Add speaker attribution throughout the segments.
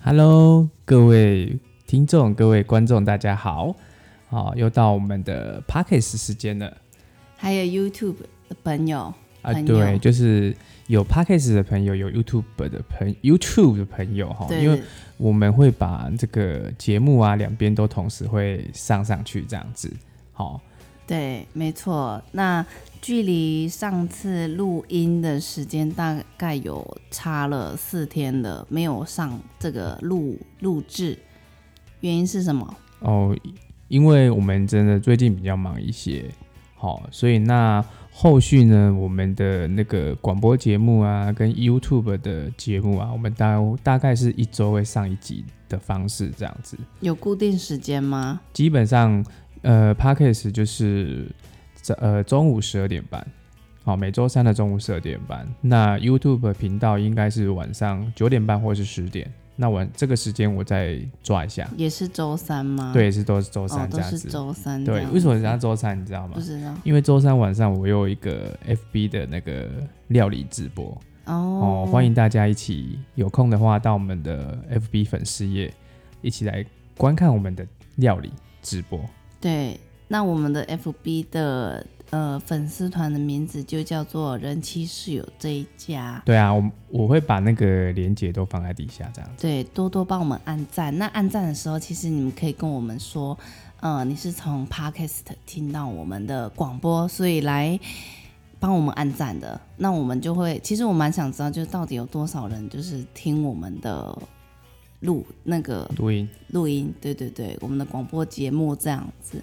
Speaker 1: Hello，各位听众、各位观众，大家好！好、又到我们的 p o c k e t 时间了
Speaker 2: 还有 YouTube 的朋友，
Speaker 1: 啊、
Speaker 2: 朋友
Speaker 1: 对，就是有 p o c k e t 的朋友，有 YouTube 的朋 YouTube 的朋友哈，
Speaker 2: 对
Speaker 1: 因为我们会把这个节目啊两边都同时会上上去这样子。好、
Speaker 2: 对，没错。那距离上次录音的时间大概有差了四天了，没有上这个录录制，原因是什么？
Speaker 1: 哦，因为我们真的最近比较忙一些，好、所以那后续呢，我们的那个广播节目啊，跟 YouTube 的节目啊，我们大大概是一周会上一集的方式这样子。
Speaker 2: 有固定时间吗？
Speaker 1: 基本上，呃 p a c k a g e 就是呃中午十二点半，好、每周三的中午十二点半。那 YouTube 频道应该是晚上九点半或是十点。那晚这个时间我再抓一下，
Speaker 2: 也是周三吗？，
Speaker 1: 对，是都是周
Speaker 2: 啊哦
Speaker 1: 三，这
Speaker 2: 都
Speaker 1: 样
Speaker 2: 是
Speaker 1: 子。
Speaker 2: 周三这
Speaker 1: 对
Speaker 2: 样，子。
Speaker 1: 为什么人家周三你知道吗
Speaker 2: 不？知道？
Speaker 1: 因为周三晚上我有一个 FB 的那个料理直播哦
Speaker 2: 哦
Speaker 1: 欢迎大家一起有空的话到我们的 FB 粉丝页一起来观看我们的料理直播。
Speaker 2: 对，那我们的 FB 的呃粉丝团的名字就叫做“人妻室友”这一家。
Speaker 1: 对啊，我我会把那个链接都放在底下这样子。
Speaker 2: 对，多多帮我们按赞。那按赞的时候，其实你们可以跟我们说，呃，你是从 Podcast 听到我们的广播，所以来帮我们按赞的。那我们就会，其实我蛮想知道，就是到底有多少人就是听我们的录那个
Speaker 1: 录音
Speaker 2: 录音，对对对，我们的广播节目这样子。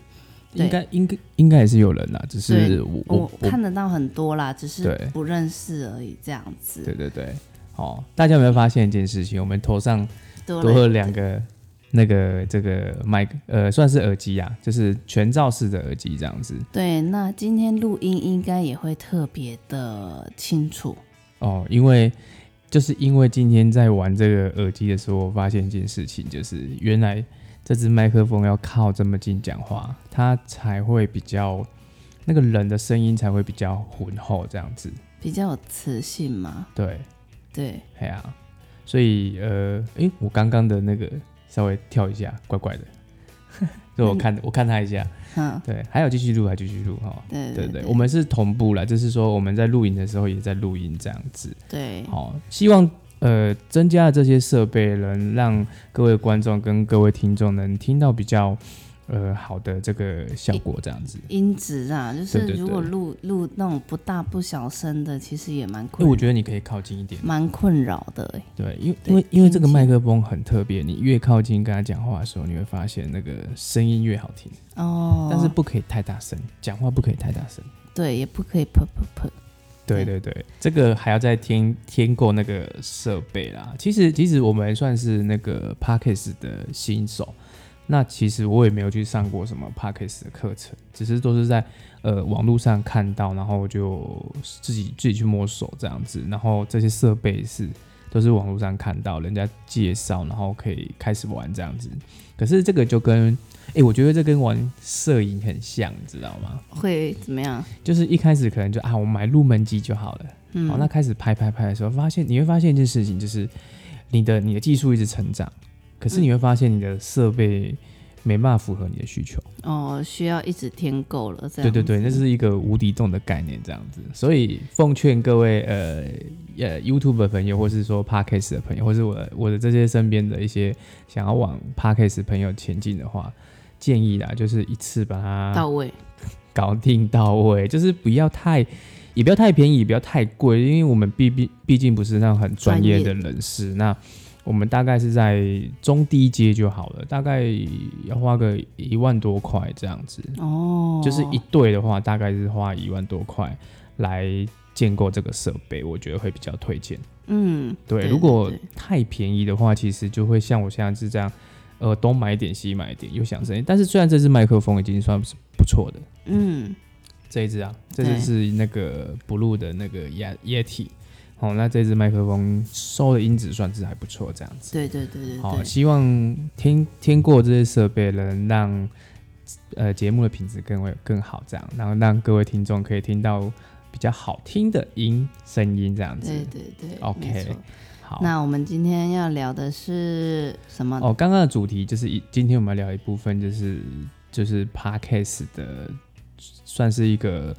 Speaker 2: 对
Speaker 1: 应该应该应该也是有人啦，只是
Speaker 2: 对
Speaker 1: 我
Speaker 2: 我
Speaker 1: 我我
Speaker 2: 看得到很多啦，只是
Speaker 1: 对
Speaker 2: 不认识而已，这样子
Speaker 1: 对。对对，哦，大家有没有发现一件事情？我们头上
Speaker 2: 多
Speaker 1: 多
Speaker 2: 了
Speaker 1: 了两个那个这个麦克，呃，算是耳机啊，就是全罩式的耳机这样子。
Speaker 2: 对，那今天录音应该也会特别的清楚。
Speaker 1: 哦，因为就是因为今天在玩这个耳机的时候，我发现一件事情，就是原来这支麦克风要靠这么近讲话，它才会比较那个人的声音才会比较浑厚这样子。
Speaker 2: 比较有磁性嘛，
Speaker 1: 对，
Speaker 2: 对，
Speaker 1: 哎呀、所以呃，诶，我刚刚的那个稍微跳一下，怪怪的。 所以我看我看他一下，
Speaker 2: 嗯，
Speaker 1: 对，还有继续录，还继续录哈。
Speaker 2: 对
Speaker 1: 对
Speaker 2: 对
Speaker 1: 对，
Speaker 2: 对，
Speaker 1: 我们是同步啦，就是说我们在录影的时候也在录音这样子。
Speaker 2: 对
Speaker 1: 好，希望呃增加了这些设备，能让各位观众跟各位听众能听到比较呃好的这个效果这样子。
Speaker 2: 音质啊，就
Speaker 1: 对
Speaker 2: 是
Speaker 1: 对对
Speaker 2: 如果录录那种不大不小声的，其实也蛮
Speaker 1: 因为
Speaker 2: 困，
Speaker 1: 我觉得你可以靠近一点，
Speaker 2: 蛮困扰的欸。
Speaker 1: 对，因为
Speaker 2: 对
Speaker 1: 因为因为
Speaker 2: 听
Speaker 1: 这个
Speaker 2: 起来
Speaker 1: 麦克风很特别，你越靠近跟他讲话的时候，你会发现那个声音越好听，
Speaker 2: 哦，
Speaker 1: 但是不可以太大声，讲话不可以太大声。
Speaker 2: 对，也不可以噗噗噗。
Speaker 1: 对对对，这个还要再添添购那个设备啦。其实其实我们算是那个 Parkes 的新手，那其实我也没有去上过什么 Parkes 的课程，只是都是在呃网络上看到，然后就自己自己去摸索这样子。然后这些设备是都是网络上看到人家介绍，然后可以开始玩这样子。可是这个就跟哎、我觉得这跟玩摄影很像，你知道吗？
Speaker 2: 会怎么样？
Speaker 1: 就是一开始可能就啊，我买入门机就好了。
Speaker 2: 嗯，
Speaker 1: 好，那开始拍拍拍的时候，发现你会发现一件事情，就是你的你的技术一直成长，可是你会发现你的设备没办法符合你的需求。
Speaker 2: 哦，需要一直添购了，这
Speaker 1: 对
Speaker 2: 样
Speaker 1: 对对，
Speaker 2: 子
Speaker 1: 那是一个无底洞的概念，这样子。所以奉劝各位呃呃 YouTube 的朋友，或是说 Podcast 的朋友，或是我的我的这些身边的一些想要往 Podcast 的朋友前进的话，建议啦，就是一次把它
Speaker 2: 到位。
Speaker 1: 搞定到位，就是不要太，也不要太便宜，也不要太贵，因为我们毕毕毕竟不是那种很专业的人士，那我们大概是在中低阶就好了，大概要花个一万多块这样子，
Speaker 2: 哦，
Speaker 1: 就是一对的话，大概是花一万多块来建构这个设备，我觉得会比较推荐。
Speaker 2: 嗯，
Speaker 1: 对，
Speaker 2: 对
Speaker 1: 如果
Speaker 2: 对
Speaker 1: 太便宜的话，其实就会像我现在是这样，呃，东买一点西买一点，又想声音，但是虽然这支麦克风已经算是不错的。
Speaker 2: 嗯，
Speaker 1: 这一支啊，这
Speaker 2: 对
Speaker 1: 支是那个 Blue 的那个液液体。哦，那这支麦克风收的音质算是还不错，这样子。
Speaker 2: 对对对对
Speaker 1: 好、
Speaker 2: 对，
Speaker 1: 希望听听过这些设备，能让呃节目的品质更为更好，这样，然后让各位听众可以听到比较好听的音声音，这样子。
Speaker 2: 对对对
Speaker 1: OK
Speaker 2: 没错
Speaker 1: 好，
Speaker 2: 那我们今天要聊的是什么？
Speaker 1: 哦，刚刚的主题就是一，今天我们要聊一部分就是就是 podcast 的，算是一个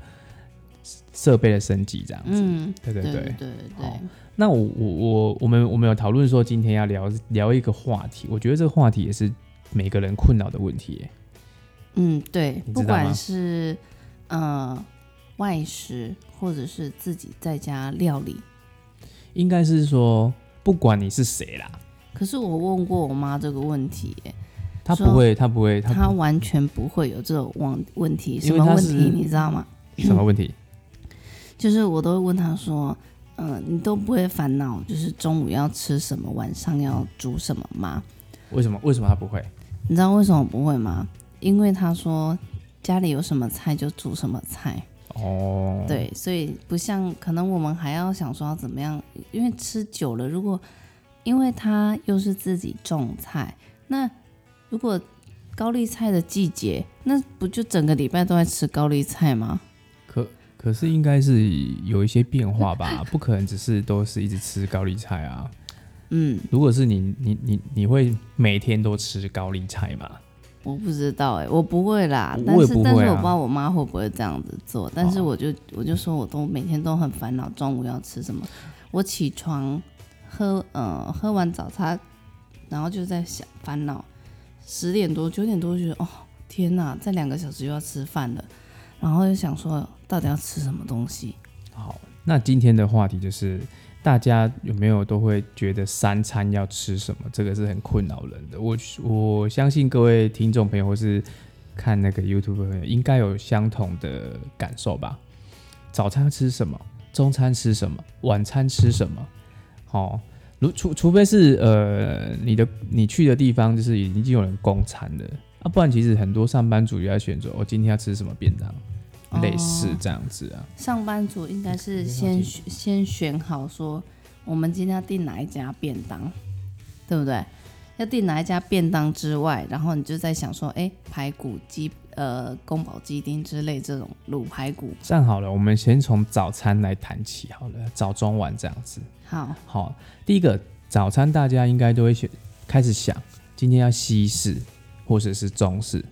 Speaker 1: 设备的升级这样子。
Speaker 2: 嗯，
Speaker 1: 对对
Speaker 2: 对
Speaker 1: 对。
Speaker 2: 对对
Speaker 1: 好那我我我我们我们有讨论说今天要聊聊一个话题，我觉得这个话题也是每个人困扰的问题耶。
Speaker 2: 嗯，对
Speaker 1: 你，
Speaker 2: 不
Speaker 1: 知道吗
Speaker 2: 管是呃外食，或者是自己在家料理。
Speaker 1: 应该是说，不管你是谁啦，
Speaker 2: 可是我问过我妈这个问题耶、
Speaker 1: 他
Speaker 2: 说
Speaker 1: 不会他不会他
Speaker 2: 她完全不会有这种问问题。
Speaker 1: 因
Speaker 2: 什
Speaker 1: 为
Speaker 2: 么
Speaker 1: 她
Speaker 2: 问
Speaker 1: 是
Speaker 2: 题你知道吗？
Speaker 1: 什
Speaker 2: 嗯
Speaker 1: 么问题？
Speaker 2: 就是我都会问她说，嗯、你都不会烦恼，就是中午要吃什么，晚上要煮什么吗？
Speaker 1: 为什么为什么他不会？
Speaker 2: 你知道为什么不会吗？因为她说家里有什么菜就煮什么菜。
Speaker 1: 哦，，
Speaker 2: 对，所以不像可能我们还要想说要怎么样，因为吃久了，如果因为它又是自己种菜，那如果高丽菜的季节，那不就整个礼拜都在吃高丽菜吗？
Speaker 1: 可可是应该是有一些变化吧，不可能只是都是一直吃高丽菜啊。
Speaker 2: 嗯，
Speaker 1: 如果是你你你你会每天都吃高丽菜吗？
Speaker 2: 我不知道哎、我不会啦，
Speaker 1: 我
Speaker 2: 但
Speaker 1: 也
Speaker 2: 是、
Speaker 1: 不
Speaker 2: 但
Speaker 1: 会
Speaker 2: 是我
Speaker 1: 啊
Speaker 2: 不知道我妈会不会这样子做，但是
Speaker 1: 哦
Speaker 2: 我就、我就说我都每天都很烦恼，中午要吃什么，我起床喝呃喝完早餐，然后就在想烦恼，十点多九点多就觉得哦天哪，再两个小时又要吃饭了，然后又想说到底要吃什么东西，
Speaker 1: 好，那今天的话题就是大家有没有都会觉得三餐要吃什么？这个是很困扰人的。我我相信各位听众朋友或是看那个 YouTube 朋友，应该有相同的感受吧？早餐吃什么？中餐吃什么？晚餐吃什么？好、如除除非是呃你的你去的地方就是已经有人供餐的啊，不然其实很多上班族也在选择我、哦今天要吃什么便当，类似
Speaker 2: 哦
Speaker 1: 这样子啊。
Speaker 2: 上班族应该是先选先选好说，我们今天要订哪一家便当，对不对？要订哪一家便当之外，然后你就在想说，哎，排骨鸡呃宫保鸡丁之类这种卤排骨，
Speaker 1: 这样好了，我们先从早餐来谈起好了，早中晚这样子。
Speaker 2: 好，
Speaker 1: 好，第一个早餐大家应该都会选，开始想今天要西式或者是中式，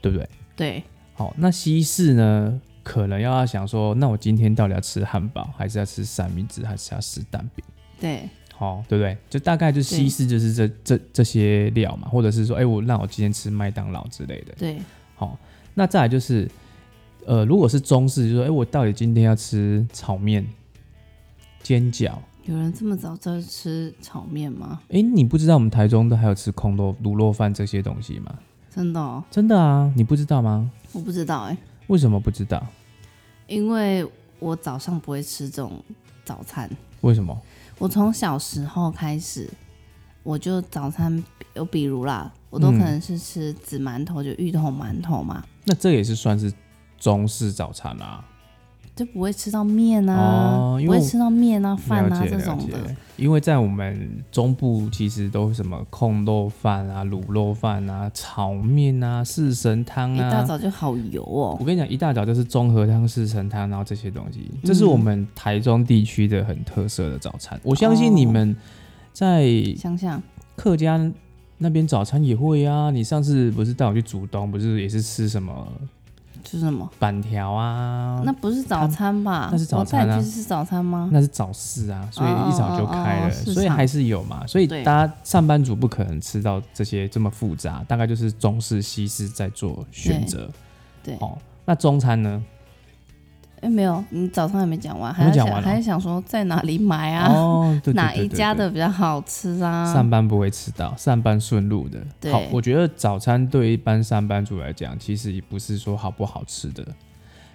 Speaker 1: 对不对？
Speaker 2: 对，
Speaker 1: 好，那西式呢，可能要想说，那我今天到底要吃汉堡，还是要吃三明治，还是要吃蛋饼？
Speaker 2: 对，
Speaker 1: 好，对不对？就大概就西式就是这这这些料嘛，或者是说，哎，我让我今天吃麦当劳之类的。
Speaker 2: 对，
Speaker 1: 好、那再来就是，呃，如果是中式，就说，哎、我到底今天要吃炒面、煎饺？
Speaker 2: 有人这么早就吃炒面吗？
Speaker 1: 哎、你不知道我们台中都还有吃空肉、卤肉饭这些东西吗？
Speaker 2: 真的、哦，
Speaker 1: 真的啊，你不知道吗？
Speaker 2: 我不知道哎，
Speaker 1: 为什么不知道？
Speaker 2: 因为我早上不会吃这种早餐。
Speaker 1: 为什么？
Speaker 2: 我从小时候开始，我就早餐，有比如啦，我
Speaker 1: 嗯
Speaker 2: 都可能是吃紫馒头，就芋头馒头嘛，
Speaker 1: 那这也是算是中式早餐啊啦、
Speaker 2: 就不会吃到面啊，
Speaker 1: 哦因
Speaker 2: 不
Speaker 1: 为
Speaker 2: 会
Speaker 1: 我
Speaker 2: 吃到面啊、
Speaker 1: 了
Speaker 2: 饭啊
Speaker 1: 解
Speaker 2: 这
Speaker 1: 了
Speaker 2: 种的
Speaker 1: 解。，因为在我们中部其实都是什么空肉饭啊、卤肉饭啊、炒面啊、四神汤
Speaker 2: 一
Speaker 1: 啊，
Speaker 2: 大早就好油哦，
Speaker 1: 我跟你讲，一大早就是综合汤、四神汤，然后这些东西，这是我
Speaker 2: 嗯
Speaker 1: 们台中地区的很特色的早餐。我相
Speaker 2: 哦
Speaker 1: 信你们在
Speaker 2: 想想，
Speaker 1: 客家那边早餐也会啊。你上次不是带我去竹东，不是也是吃什么
Speaker 2: 吃什么？
Speaker 1: 板条啊？
Speaker 2: 那不是早餐吧？
Speaker 1: 那是早餐啊
Speaker 2: 我带你去吃早餐吗？
Speaker 1: 那是早市啊，所以一早就开了，
Speaker 2: 哦哦哦市
Speaker 1: 所以
Speaker 2: 场
Speaker 1: 还是有嘛。所以
Speaker 2: 对
Speaker 1: 大家上班族不可能吃到这些这么复杂，大概就是中式、西式在做选择。
Speaker 2: 对，
Speaker 1: 哦，那中餐呢？
Speaker 2: 哎，没有，你早上还没讲完，
Speaker 1: 还
Speaker 2: 还
Speaker 1: 没
Speaker 2: 要
Speaker 1: 讲
Speaker 2: 想
Speaker 1: 完哦
Speaker 2: 还想说在哪里买啊？
Speaker 1: 哦，对对对对对
Speaker 2: 哪一家的比较好吃啊？
Speaker 1: 上班不会迟到，上班顺路的。
Speaker 2: 对
Speaker 1: 好，我觉得早餐对一般上班族来讲，其实也不是说好不好吃的，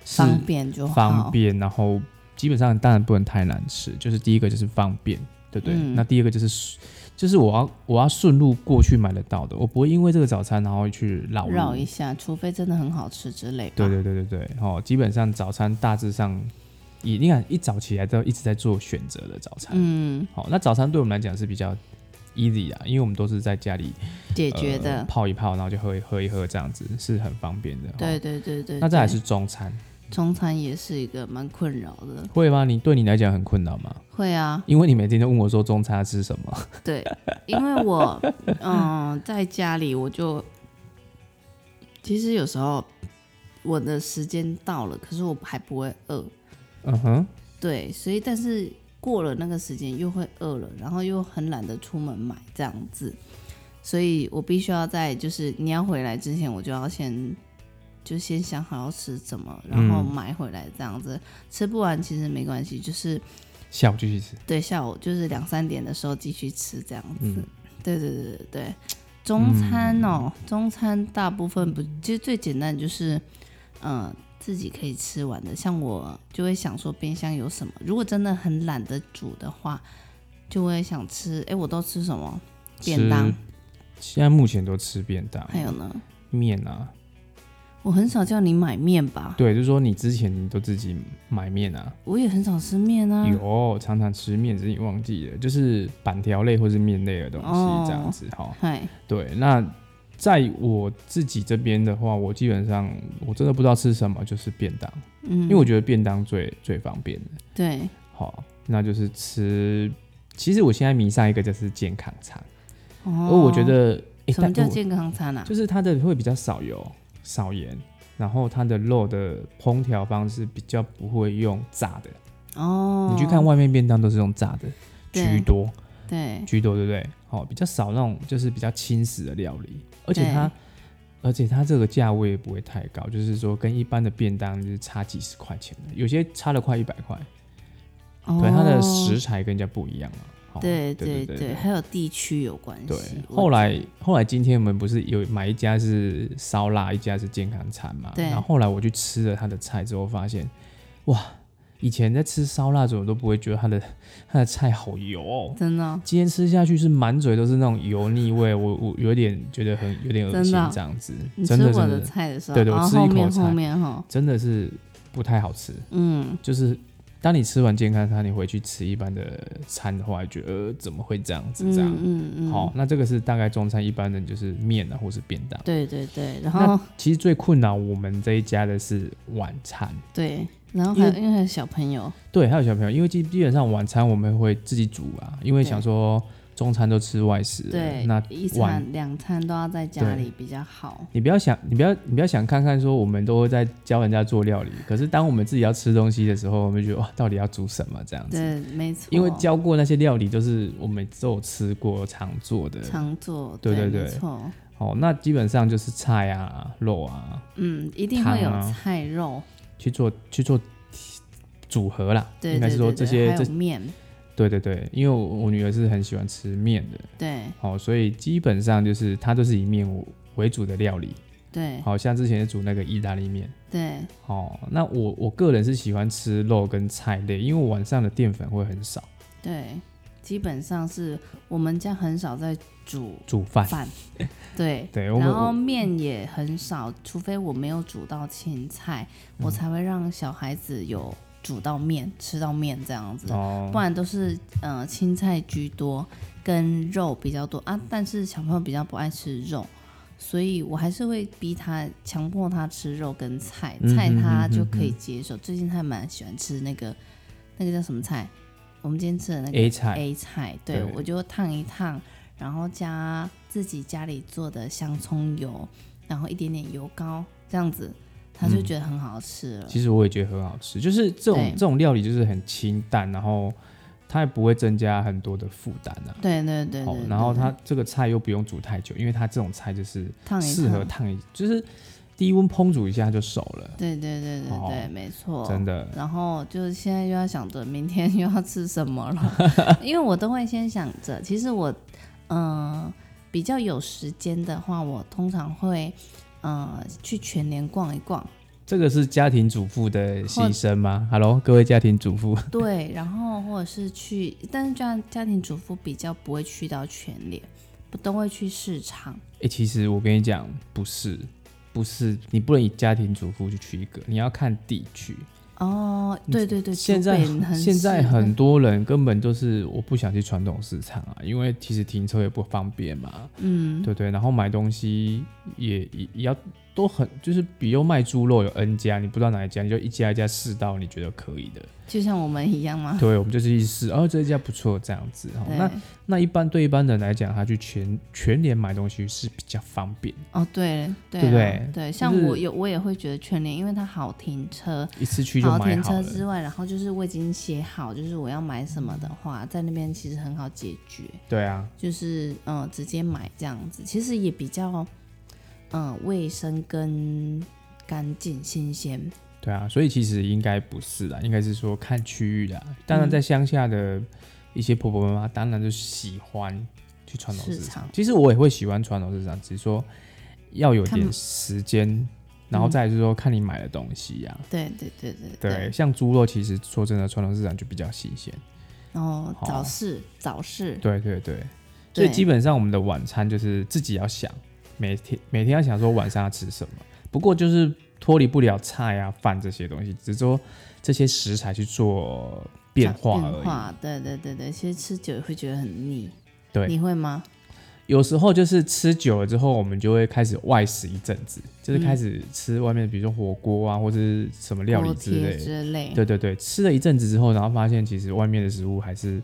Speaker 1: 是
Speaker 2: 方便就好，
Speaker 1: 方便，然后基本上当然不能太难吃，就是第一个就是方便，对不对？
Speaker 2: 嗯
Speaker 1: 那第二个就是就是我要我要顺路过去买得到的，我不会因为这个早餐然后去绕路。
Speaker 2: 绕一下，除非真的很好吃之类吧。
Speaker 1: 啊对对对对对，哦，基本上早餐大致上，以你看一早起来都一直在做选择的早餐。
Speaker 2: 嗯，
Speaker 1: 好、那早餐对我们来讲是比较 easy 啊，因为我们都是在家里呃
Speaker 2: 解决的。
Speaker 1: 呃泡一泡，然后就喝一喝一喝，这样子是很方便的。哦
Speaker 2: 对对对对，
Speaker 1: 那再来
Speaker 2: 对
Speaker 1: 是中餐，
Speaker 2: 中餐也是一个蛮困扰的。
Speaker 1: 会吗？你对你来讲很困难吗？
Speaker 2: 会啊，
Speaker 1: 因为你每天都问我说中餐吃什么，
Speaker 2: 对，因 为我嗯在家里我就，其实有时候我的时间到了，可是我还不会饿，
Speaker 1: 嗯哼，
Speaker 2: 对，所以但是过了那个时间又会饿了，然后又很懒得出门买这样子，所以我必须要在就是你要回来之前，我就要先就先想好要吃什么，然后
Speaker 1: 嗯
Speaker 2: 买回来这样子，吃不完其实没关系，就是
Speaker 1: 下午继续吃。
Speaker 2: 对下午就是两三点的时候继续吃这样子。
Speaker 1: 嗯
Speaker 2: 对对对对对，中餐哦，中餐大部分不，其实最简单就是，嗯、自己可以吃完的。像我就会想说冰箱有什么，如果真的很懒得煮的话，就会想吃。哎，我都吃什么？便当
Speaker 1: 吃，现在目前都吃便当，
Speaker 2: 还有呢，
Speaker 1: 面啊，
Speaker 2: 我很少叫你买面吧，
Speaker 1: 对，就是说你之前你都自己买面啊，
Speaker 2: 我也很少吃面啊。
Speaker 1: 有常常吃面，只是你忘记了，就是板条类或是面类的东
Speaker 2: 哦
Speaker 1: 西这样子哈、
Speaker 2: 嗨，
Speaker 1: 对，那在我自己这边的话，我基本上我真的不知道吃什么，就是便当，
Speaker 2: 嗯，
Speaker 1: 因为我觉得便当最最方便的。
Speaker 2: 对
Speaker 1: 好，那就是吃。其实我现在迷上一个就是健康餐，
Speaker 2: 哦
Speaker 1: 而，我觉得，诶
Speaker 2: 什么叫
Speaker 1: 但我
Speaker 2: 健康餐啊？
Speaker 1: 就是它的会比较少油、少盐，然后它的肉的烹调方式比较不会用炸的。
Speaker 2: 哦，
Speaker 1: 你去看外面便当都是用炸的
Speaker 2: 对
Speaker 1: 居多，
Speaker 2: 对
Speaker 1: 居多对不对？好、比较少那种就是比较轻食的料理，而且
Speaker 2: 对
Speaker 1: 它，而且它这个价位也不会太高，就是说跟一般的便当就是差几十块钱的，有些差了快一百块，
Speaker 2: 哦
Speaker 1: 可能它的食材跟人家不一样啊。好
Speaker 2: 对
Speaker 1: 对
Speaker 2: 对对，还有地区有关系。
Speaker 1: 对，
Speaker 2: 我
Speaker 1: 后来后来今天我们不是有买一家是烧腊，一家是健康餐嘛？
Speaker 2: 对
Speaker 1: 然后后来我去吃了他的菜之后，发现哇，以前在吃烧腊的时候我都不会觉得他的 他的菜好油、哦。
Speaker 2: 真的哦
Speaker 1: 今天吃下去是满嘴都是那种油腻味，我我有点觉得很有点恶心
Speaker 2: 真的啊
Speaker 1: 这样子，
Speaker 2: 你吃
Speaker 1: 真的
Speaker 2: 我
Speaker 1: 真
Speaker 2: 的
Speaker 1: 的
Speaker 2: 菜的时候，
Speaker 1: 对对
Speaker 2: 然
Speaker 1: 我
Speaker 2: 后
Speaker 1: 吃一
Speaker 2: 后
Speaker 1: 口
Speaker 2: 面
Speaker 1: 菜
Speaker 2: 后面哈，
Speaker 1: 真的是不太好吃。
Speaker 2: 嗯，
Speaker 1: 就是当你吃完健康餐，你回去吃一般的餐的话，觉得、呃、怎么会这样子这样？
Speaker 2: 嗯嗯嗯，
Speaker 1: 好，，那这个是大概中餐一般的就是面啊，或是便当。
Speaker 2: 对对对，然
Speaker 1: 那
Speaker 2: 后
Speaker 1: 其实最困扰我们这一家的是晚餐，
Speaker 2: 对，然后
Speaker 1: 因
Speaker 2: 还有
Speaker 1: 为
Speaker 2: 因为还有小朋友，
Speaker 1: 对，还有小朋友，因为基基本上晚餐我们会自己煮啊，因为
Speaker 2: 对
Speaker 1: 想说中餐都吃外食了，
Speaker 2: 对，
Speaker 1: 那
Speaker 2: 一
Speaker 1: 晚
Speaker 2: 餐两餐都要在家
Speaker 1: 对
Speaker 2: 里比较好，
Speaker 1: 你不要想，你不要，你不要想看看说我们都在教人家做料理，可是当我们自己要吃东西的时候，我们就觉得哇，到底要煮什么这样子？
Speaker 2: 对，没错，
Speaker 1: 因为教过那些料理都是我们都有吃过、常做的。
Speaker 2: 常做，
Speaker 1: 对对
Speaker 2: 对没
Speaker 1: 对
Speaker 2: 错，
Speaker 1: 哦，那基本上就是菜啊、肉啊
Speaker 2: 嗯，一定会有
Speaker 1: 汤啊
Speaker 2: 菜肉，
Speaker 1: 去做去做组合啦。
Speaker 2: 对
Speaker 1: 应该
Speaker 2: 对
Speaker 1: 是说
Speaker 2: 对
Speaker 1: 这
Speaker 2: 对，
Speaker 1: 些
Speaker 2: 还
Speaker 1: 这
Speaker 2: 有面，
Speaker 1: 对对对，因为我我女儿是很喜欢吃面的，
Speaker 2: 对
Speaker 1: 哦，所以基本上就是她都是以面为主的料理，
Speaker 2: 对
Speaker 1: 好、像之前是煮那个意大利面，
Speaker 2: 对，
Speaker 1: 哦，那我我个人是喜欢吃肉跟菜类，因为我晚上的淀粉会很少，
Speaker 2: 对，基本上是我们家很少在煮
Speaker 1: 煮饭，
Speaker 2: 饭，对。
Speaker 1: 对我们
Speaker 2: 然后
Speaker 1: 我
Speaker 2: 面也很少，除非我没有煮到青菜，
Speaker 1: 嗯
Speaker 2: 我才会让小孩子有煮到面、吃到面这样子，不
Speaker 1: 哦，
Speaker 2: 然都是呃青菜居多，跟肉比较多啊。但是小朋友比较不爱吃肉，所以我还是会逼他，强迫他吃肉跟菜，
Speaker 1: 嗯
Speaker 2: 菜
Speaker 1: 嗯
Speaker 2: 他
Speaker 1: 嗯
Speaker 2: 就
Speaker 1: 嗯
Speaker 2: 可以
Speaker 1: 嗯
Speaker 2: 接受。最近他蛮喜欢吃那个那个叫什么菜，我们今天吃的那个
Speaker 1: A 菜，
Speaker 2: A 菜，对
Speaker 1: 对
Speaker 2: 我就烫一烫，然后加自己家里做的香葱油，然后一点点油膏，这样子他就
Speaker 1: 嗯
Speaker 2: 觉得很好吃了。
Speaker 1: 其实我也觉得很好吃，就是这种
Speaker 2: 对
Speaker 1: 这种料理就是很清淡，然后它也不会增加很多的负担啊。
Speaker 2: 对对对对
Speaker 1: 哦
Speaker 2: 对，
Speaker 1: 然后
Speaker 2: 对
Speaker 1: 它这个菜又不用煮太久，因为它这种菜就是
Speaker 2: 烫一
Speaker 1: 适合
Speaker 2: 烫
Speaker 1: 烫一，就是低温烹煮一下就熟了，
Speaker 2: 对对对对
Speaker 1: 哦
Speaker 2: 对，没错，
Speaker 1: 真的。
Speaker 2: 然后就是现在又要想着明天又要吃什么 了，因为我都会先想着。其实我，嗯、比较有时间的话，我通常会，呃，去全年逛一逛。
Speaker 1: 这个是家庭主妇的牺牲
Speaker 2: 哦
Speaker 1: 吗？Hello，各位家庭主妇，
Speaker 2: 对，然后或者是去，但是家家庭主妇比较不会去到全联，不都会去市场。
Speaker 1: 哎、其实我跟你讲，不是，不是，你不能以家庭主妇去区隔，你要看地区。
Speaker 2: 哦，对对对，
Speaker 1: 现
Speaker 2: 竹
Speaker 1: 在
Speaker 2: 北很
Speaker 1: 现在
Speaker 2: 适合
Speaker 1: 很多人根本就是我不想去传统市场啊，因为其实停车也不方便嘛，
Speaker 2: 嗯，
Speaker 1: 对不对？然后买东西也也也要都很就是比如卖猪肉有 N 家，你不知道哪一家，你就一家一家试到你觉得可以的。
Speaker 2: 就像我们一样 吗？
Speaker 1: 对，我们就是一直试，哦，这一家不错，这样子。哦、
Speaker 2: 啊对
Speaker 1: 那那一般对一般人来讲，他去全全联买东西是比较方便，
Speaker 2: 哦，对对
Speaker 1: 对不
Speaker 2: 啊
Speaker 1: 对
Speaker 2: 对，
Speaker 1: 就
Speaker 2: 像我
Speaker 1: 是
Speaker 2: 有我也会觉得全联，因为它好停车，
Speaker 1: 一次去就
Speaker 2: 好
Speaker 1: 买
Speaker 2: 停
Speaker 1: 好
Speaker 2: 车
Speaker 1: 了。
Speaker 2: 之外，然后就是我已经写好，就是我要买什么的话，在那边其实很好解决，
Speaker 1: 对啊，
Speaker 2: 就是嗯、呃直接买这样子，其实也比较嗯、呃卫生跟干净新鲜。
Speaker 1: 对啊，所以其实应该不是啦，应该是说看区域啦。当然，在乡下的一些婆婆妈妈，当然就喜欢去传统市
Speaker 2: 市场
Speaker 1: 其实我也会喜欢传统市场，只是说要有
Speaker 2: 看
Speaker 1: 点时间，然后再来就是说看你买的东西呀、
Speaker 2: 对对对对
Speaker 1: 对，像猪肉，其实说真的，传统市场就比较新鲜。
Speaker 2: 然后
Speaker 1: 好
Speaker 2: 早市早市，
Speaker 1: 对对对，所以
Speaker 2: 对
Speaker 1: 基本上我们的晚餐就是自己要想，每天每天要想说晚上要吃什么。不过就是脱离不了菜啊、饭这些东西，只是说这些食材去做变化而
Speaker 2: 变
Speaker 1: 已。
Speaker 2: 化，对对对对，其实吃久了会觉得很腻，
Speaker 1: 对，
Speaker 2: 你会吗？
Speaker 1: 有时候就是吃久了之后，我们就会开始外食一阵子，
Speaker 2: 嗯
Speaker 1: 就是开始吃外面，比如说火锅啊，或者是什么料理
Speaker 2: 锅
Speaker 1: 之
Speaker 2: 贴
Speaker 1: 类的。
Speaker 2: 之类，
Speaker 1: 对对对，吃了一阵子之后，然后发现其实外面的食物还是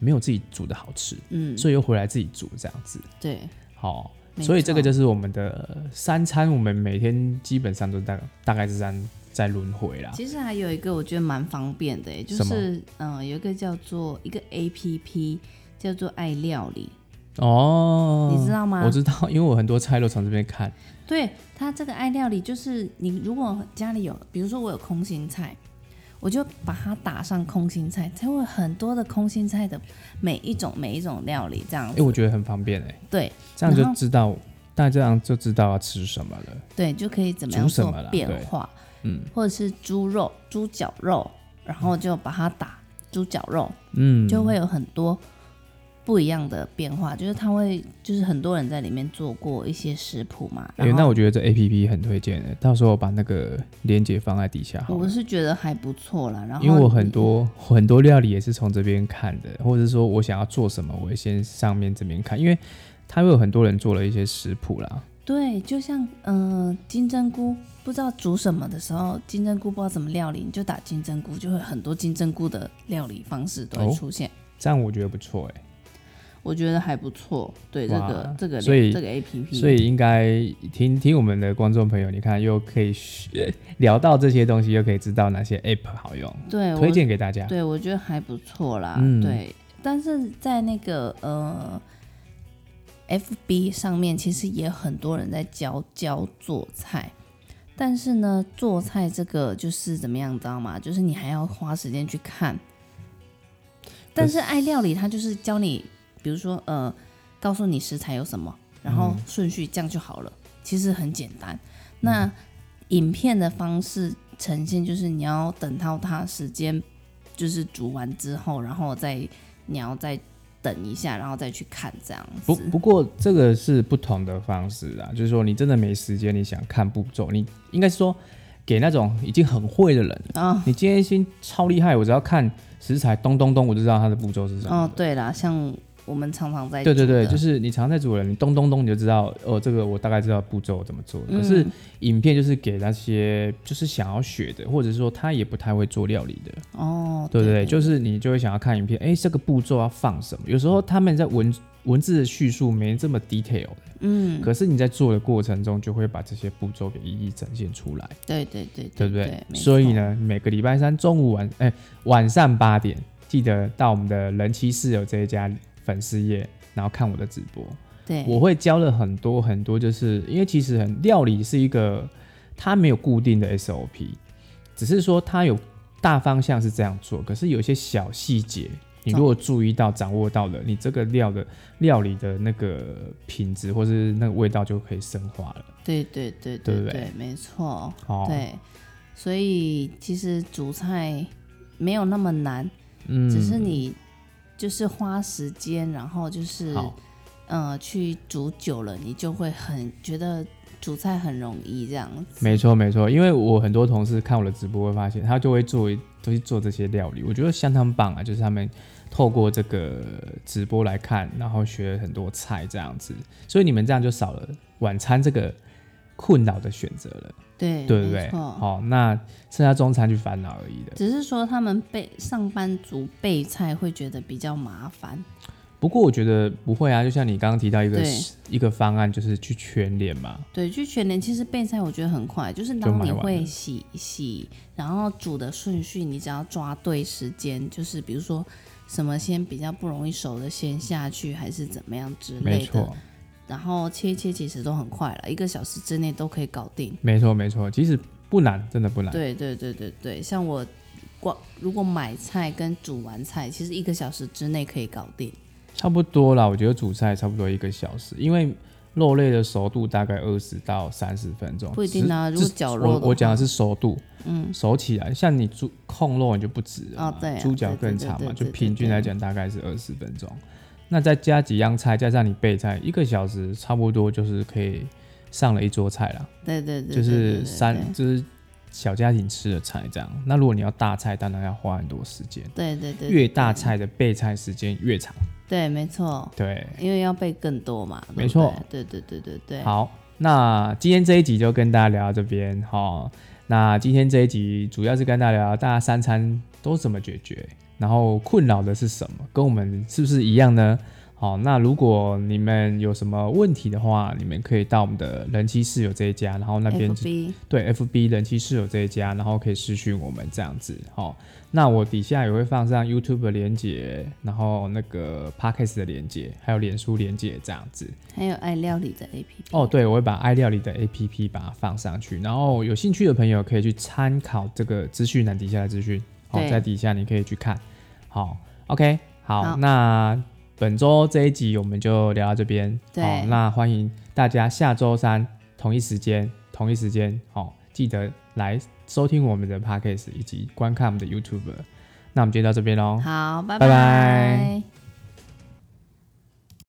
Speaker 1: 没有自己煮的好吃，
Speaker 2: 嗯，
Speaker 1: 所以又回来自己煮这样子。
Speaker 2: 对，
Speaker 1: 好，
Speaker 2: 没
Speaker 1: 所以这个
Speaker 2: 错
Speaker 1: 就是我们的三餐，我们每天基本上都大大概是这样在轮回啦。
Speaker 2: 其实还有一个我觉得蛮方便的耶，就
Speaker 1: 什么
Speaker 2: 是嗯、呃有一个叫做一个 A P P 叫做爱料理，
Speaker 1: 哦，
Speaker 2: 你知道吗
Speaker 1: 我知道，因为我很多菜都从这边看。
Speaker 2: 对它这个爱料理就是你如果家里有，比如说我有空心菜。我就把它打上空心菜，才会有很多的空心菜的每一种每一种料理这样
Speaker 1: 哎、
Speaker 2: 子。
Speaker 1: 我觉得很方便哎、
Speaker 2: 对
Speaker 1: 这样就
Speaker 2: 然后
Speaker 1: 知道，大家这样就知道要吃什么了。
Speaker 2: 对，就可以怎么样
Speaker 1: 煮什
Speaker 2: 做
Speaker 1: 么啦
Speaker 2: 变
Speaker 1: 对
Speaker 2: 化？
Speaker 1: 嗯，
Speaker 2: 或者是猪肉、猪脚肉，然后就把它打猪脚肉，
Speaker 1: 嗯，
Speaker 2: 就会有很多不一样的变化，就是它会就是很多人在里面做过一些食谱嘛。
Speaker 1: 哎、
Speaker 2: 然
Speaker 1: 那
Speaker 2: 后
Speaker 1: 我觉得这 A P P 很推荐的、到时候我把那个链接放在底下好
Speaker 2: 我
Speaker 1: 了。
Speaker 2: 是觉得还不错啦，然后
Speaker 1: 因为我很多很多料理也是从这边看的，或者是说我想要做什么，我会先上面这边看，因为它会有很多人做了一些食谱啦。
Speaker 2: 对，就像嗯、呃金针菇，不知道煮什么的时候，金针菇不知道怎么料理，你就打金针菇，就会很多金针菇的料理方式都
Speaker 1: 哦
Speaker 2: 会出现。
Speaker 1: 这样我觉得不错哎、
Speaker 2: 我觉得还不错，对这
Speaker 1: 哇
Speaker 2: 个这个
Speaker 1: 所以
Speaker 2: 这个 A P P，
Speaker 1: 所以应该听听我们的观众朋友，你看又可以学聊到这些东西，又可以知道哪些 app 好用，
Speaker 2: 对呃我
Speaker 1: 推荐给大家。
Speaker 2: 对，我觉得还不错啦。
Speaker 1: 嗯
Speaker 2: 对，但是在那个呃，FB 上面，其实也很多人在教教做菜。但是呢，做菜这个就是怎么样，你知道吗？就是你还要花时间去看。但是爱料理它就是教你，比如说呃，告诉你食材有什么，然后
Speaker 1: 嗯
Speaker 2: 顺序这样就好了，其实很简单。那影片的方式呈现就是你要等到它时间就是煮完之后，然后再你要再等一下，然后再去看这样
Speaker 1: 不
Speaker 2: 子。
Speaker 1: 不过这个是不同的方式啊，就是说你真的没时间，你想看步骤，你应该是说给那种已经很会的人，
Speaker 2: 啊
Speaker 1: 你今天先超厉害，我只要看食材咚咚咚，我就知道它的步骤是什么。
Speaker 2: 哦，对啦，像我们常常在
Speaker 1: 对对
Speaker 2: 煮
Speaker 1: 对，
Speaker 2: 的
Speaker 1: 就是你常在煮人，你咚咚咚你就知道，哦，这个我大概知道步骤怎么做。可是
Speaker 2: 嗯
Speaker 1: 影片就是给那些就是想要学的，或者说他也不太会做料理的，
Speaker 2: 哦，
Speaker 1: 对不对？
Speaker 2: 对，
Speaker 1: 就是你就会想要看影片，哎，这个步骤要放什么？有时候他们在文文字的叙述没这么 detail，
Speaker 2: 嗯，
Speaker 1: 可是你在做的过程中就会把这些步骤给一一展现出来，
Speaker 2: 对对对
Speaker 1: 对
Speaker 2: 对
Speaker 1: 不对？
Speaker 2: 没
Speaker 1: 所以
Speaker 2: 错
Speaker 1: 呢，每个礼拜三中午晚哎晚上八点，记得到我们的人妻室友这一家粉丝页，然后看我的直播。
Speaker 2: 对
Speaker 1: 我会教了很多很多，就是因为其实很料理是一个它没有固定的 SOP，只是说它有大方向是这样做，可是有一些小细节，你如果注意到、掌握到了，你这个料的料理的那个品质或是那个味道就可以深化了。
Speaker 2: 对对对
Speaker 1: 对不
Speaker 2: 对
Speaker 1: 对
Speaker 2: 对，没错，
Speaker 1: 哦，，
Speaker 2: 对，所以其实煮菜没有那么难，
Speaker 1: 嗯
Speaker 2: 只是你就是花时间，然后就是
Speaker 1: 好，
Speaker 2: 呃去煮久了，你就会很觉得煮菜很容易这样子。
Speaker 1: 没错没错，因为我很多同事看我的直播会发现，他就会做都去做这些料理，我觉得相当棒啊！就是他们透过这个直播来看，然后学很多菜这样子，所以你们这样就少了晚餐这个困扰的选择了，
Speaker 2: 对
Speaker 1: 对不
Speaker 2: 嗯没
Speaker 1: 对？
Speaker 2: 错。
Speaker 1: 好、那剩下中餐去烦恼而已的。
Speaker 2: 只是说他们备上班族备菜会觉得比较麻烦，
Speaker 1: 不过我觉得不会啊，就像你刚刚提到一个
Speaker 2: 对
Speaker 1: 一个方案，就是去全脸嘛，
Speaker 2: 对，去全年其实备菜我觉得很快，就是
Speaker 1: 就
Speaker 2: 当
Speaker 1: 买
Speaker 2: 你
Speaker 1: 完
Speaker 2: 会
Speaker 1: 了
Speaker 2: 洗洗，然后煮的顺序，你只要抓对时间，就是比如说什么先比较不容易熟的先下去，还是怎么样之
Speaker 1: 没
Speaker 2: 类的，
Speaker 1: 错。
Speaker 2: 然后切一切其实都很快了，一个小时之内都可以搞定。
Speaker 1: 没错，没错，其实不难，真的不难。
Speaker 2: 对对对对对，像我光如果买菜跟煮完菜，其实一个小时之内可以搞定。
Speaker 1: 差不多啦，我觉得煮菜差不多一个小时，因为肉类的熟度大概二十到三十分钟，
Speaker 2: 不一定啊
Speaker 1: 只
Speaker 2: 如果
Speaker 1: 只
Speaker 2: 绞肉
Speaker 1: 我
Speaker 2: 的话
Speaker 1: 我讲的是熟度，嗯，熟起来，像你猪控肉你就不止了嘛
Speaker 2: 哦对啊
Speaker 1: 猪脚更长
Speaker 2: 对对
Speaker 1: 嘛，
Speaker 2: 对
Speaker 1: 就
Speaker 2: 对
Speaker 1: 平均来讲大概是二十分钟，那再加几样菜，加上你备菜，一个小时差不多就是可以上了一桌菜啦，
Speaker 2: 对对对，
Speaker 1: 就
Speaker 2: 对
Speaker 1: 是三就是小家庭吃的菜这样。那如果你要大菜，当然要花很多时间，
Speaker 2: 对对对，对
Speaker 1: 越大菜的备菜时间越长，
Speaker 2: 对，没错，
Speaker 1: 对。
Speaker 2: 因为要备更多嘛，对不
Speaker 1: 没错
Speaker 2: 对，对对对对对，
Speaker 1: 好，那今天这一集就跟大家聊到这边哈、那今天这一集主要是跟大家聊大家三餐都怎么解决，然后困扰的是什么，跟我们是不是一样呢？好，那如果你们有什么问题的话，你们可以到我们的人妻室友这一家，然后那边
Speaker 2: FB
Speaker 1: 对 FB 人妻室友这一家，然后可以私讯我们这样子。好、那我底下也会放上 YouTube 的连接，然后那个 Podcast 的连接，还有脸书连接这样子。
Speaker 2: 还有爱料理的 APP
Speaker 1: 哦，对，我会把爱料理的 APP 把它放上去，然后有兴趣的朋友可以去参考这个资讯栏底下的资讯，好、
Speaker 2: 对
Speaker 1: 在底下你可以去看。好，OK，好，
Speaker 2: 好
Speaker 1: 那本周这一集我们就聊到这边，
Speaker 2: 对
Speaker 1: 好那欢迎大家下周三同一时间，同一时间，好、记得来收听我们的 Podcast 以及观看我们的 YouTube。那我们今天到这边喽，
Speaker 2: 好，拜
Speaker 1: 拜拜
Speaker 2: 拜